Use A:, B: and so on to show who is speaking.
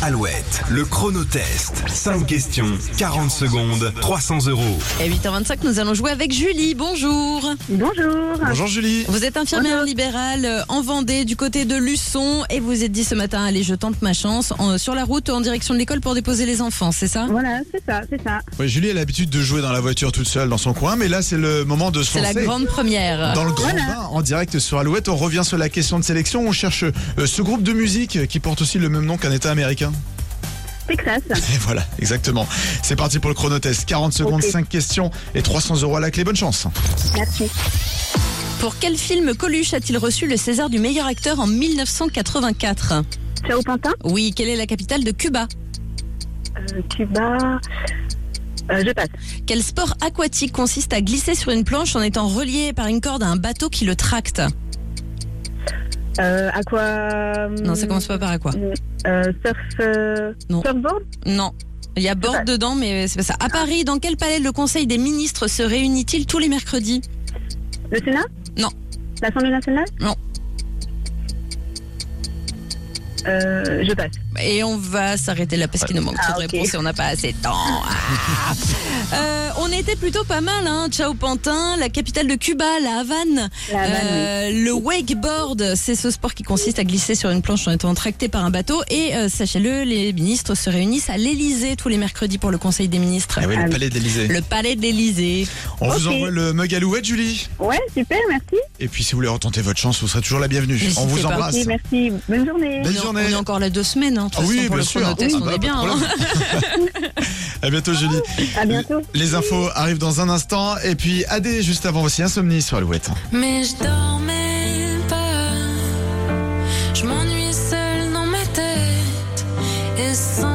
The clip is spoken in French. A: Alouette, le chronotest. 5 questions, 40 secondes, 300 euros.
B: Et à 8h25, nous allons jouer avec Julie. Bonjour.
C: Bonjour.
D: Bonjour Julie.
B: Vous êtes infirmière libérale euh, en Vendée, du côté de Luçon, et vous êtes dit ce matin, allez, je tente ma chance, en- sur la route en direction de l'école pour déposer les enfants, c'est ça
C: Voilà, c'est ça, c'est ça.
D: Ouais, Julie a l'habitude de jouer dans la voiture toute seule dans son coin, mais là c'est le moment de se
B: C'est la
D: lancer.
B: grande première.
D: Dans le grand
C: Voilà.
D: bain, en direct sur Alouette, on revient sur la question de sélection. On cherche euh, ce groupe de musique euh, qui porte aussi le même nom qu'un État américain.
C: Texas.
D: Et voilà, exactement. C'est parti pour le chronotest. 40 secondes,
C: Ok.
D: 5 questions et 300 euros à la clé. Bonne chance.
C: Merci.
B: Pour quel film Coluche a-t-il reçu le César du meilleur acteur en 1984
C: Ciao Pantin.
B: Oui, quelle est la capitale de Cuba
C: Euh, Cuba. Euh, je passe.
B: Quel sport aquatique consiste à glisser sur une planche en étant relié par une corde à un bateau qui le tracte
C: Euh, à quoi
B: Non, ça commence pas par à quoi
C: Euh, surf. euh,
B: Non.
C: Surfboard.
B: Non. Il y a bord
C: pas-
B: dedans, mais c'est pas ça. À Paris, dans quel palais le Conseil des ministres se réunit-il tous les mercredis
C: Le Sénat.
B: Non.
C: L'Assemblée nationale.
B: Non.
C: Euh, je passe.
B: Et on va s'arrêter là parce qu'il nous manque
C: Ah,
B: trop de
C: ok.
B: réponses et on n'a pas assez de temps. Ah. Euh, on était plutôt pas mal, hein. Ciao Pantin, la capitale de Cuba, la Havane.
C: La Havane,
B: Euh, le wakeboard, c'est ce sport qui consiste à glisser sur une planche en étant tracté par un bateau. Et euh, sachez-le, les ministres se réunissent à l'Elysée tous les mercredis pour le Conseil des ministres.
D: Ah oui,
C: Ah
D: le
C: oui.
D: palais de l'Elysée.
B: Le palais de l'Elysée.
D: On vous
C: Ok.
D: envoie le mug Alouette, Julie.
C: Ouais, super, merci.
D: Et puis si vous voulez retenter votre chance, vous serez toujours la bienvenue.
B: N'hésitez
D: On vous
B: pas.
D: embrasse.
C: Ok, merci. Bonne journée.
D: Ah, Bonne
B: on, est-
D: journée.
B: on est encore là deux semaines, hein, de toute
D: Ah
B: façon,
D: oui,
B: pour
D: bien
B: le
D: sûr.
B: chronotest,
D: Ah
B: on est
D: bah, pas de
B: bien. hein.
D: problème. à bientôt, Julie.
C: À bientôt.
D: Les infos arrivent dans un instant. Et puis AD juste avant aussi Insomnie sur Alouette.
E: Mais je dormais pas. Je m'ennuie seule dans ma tête. Et sans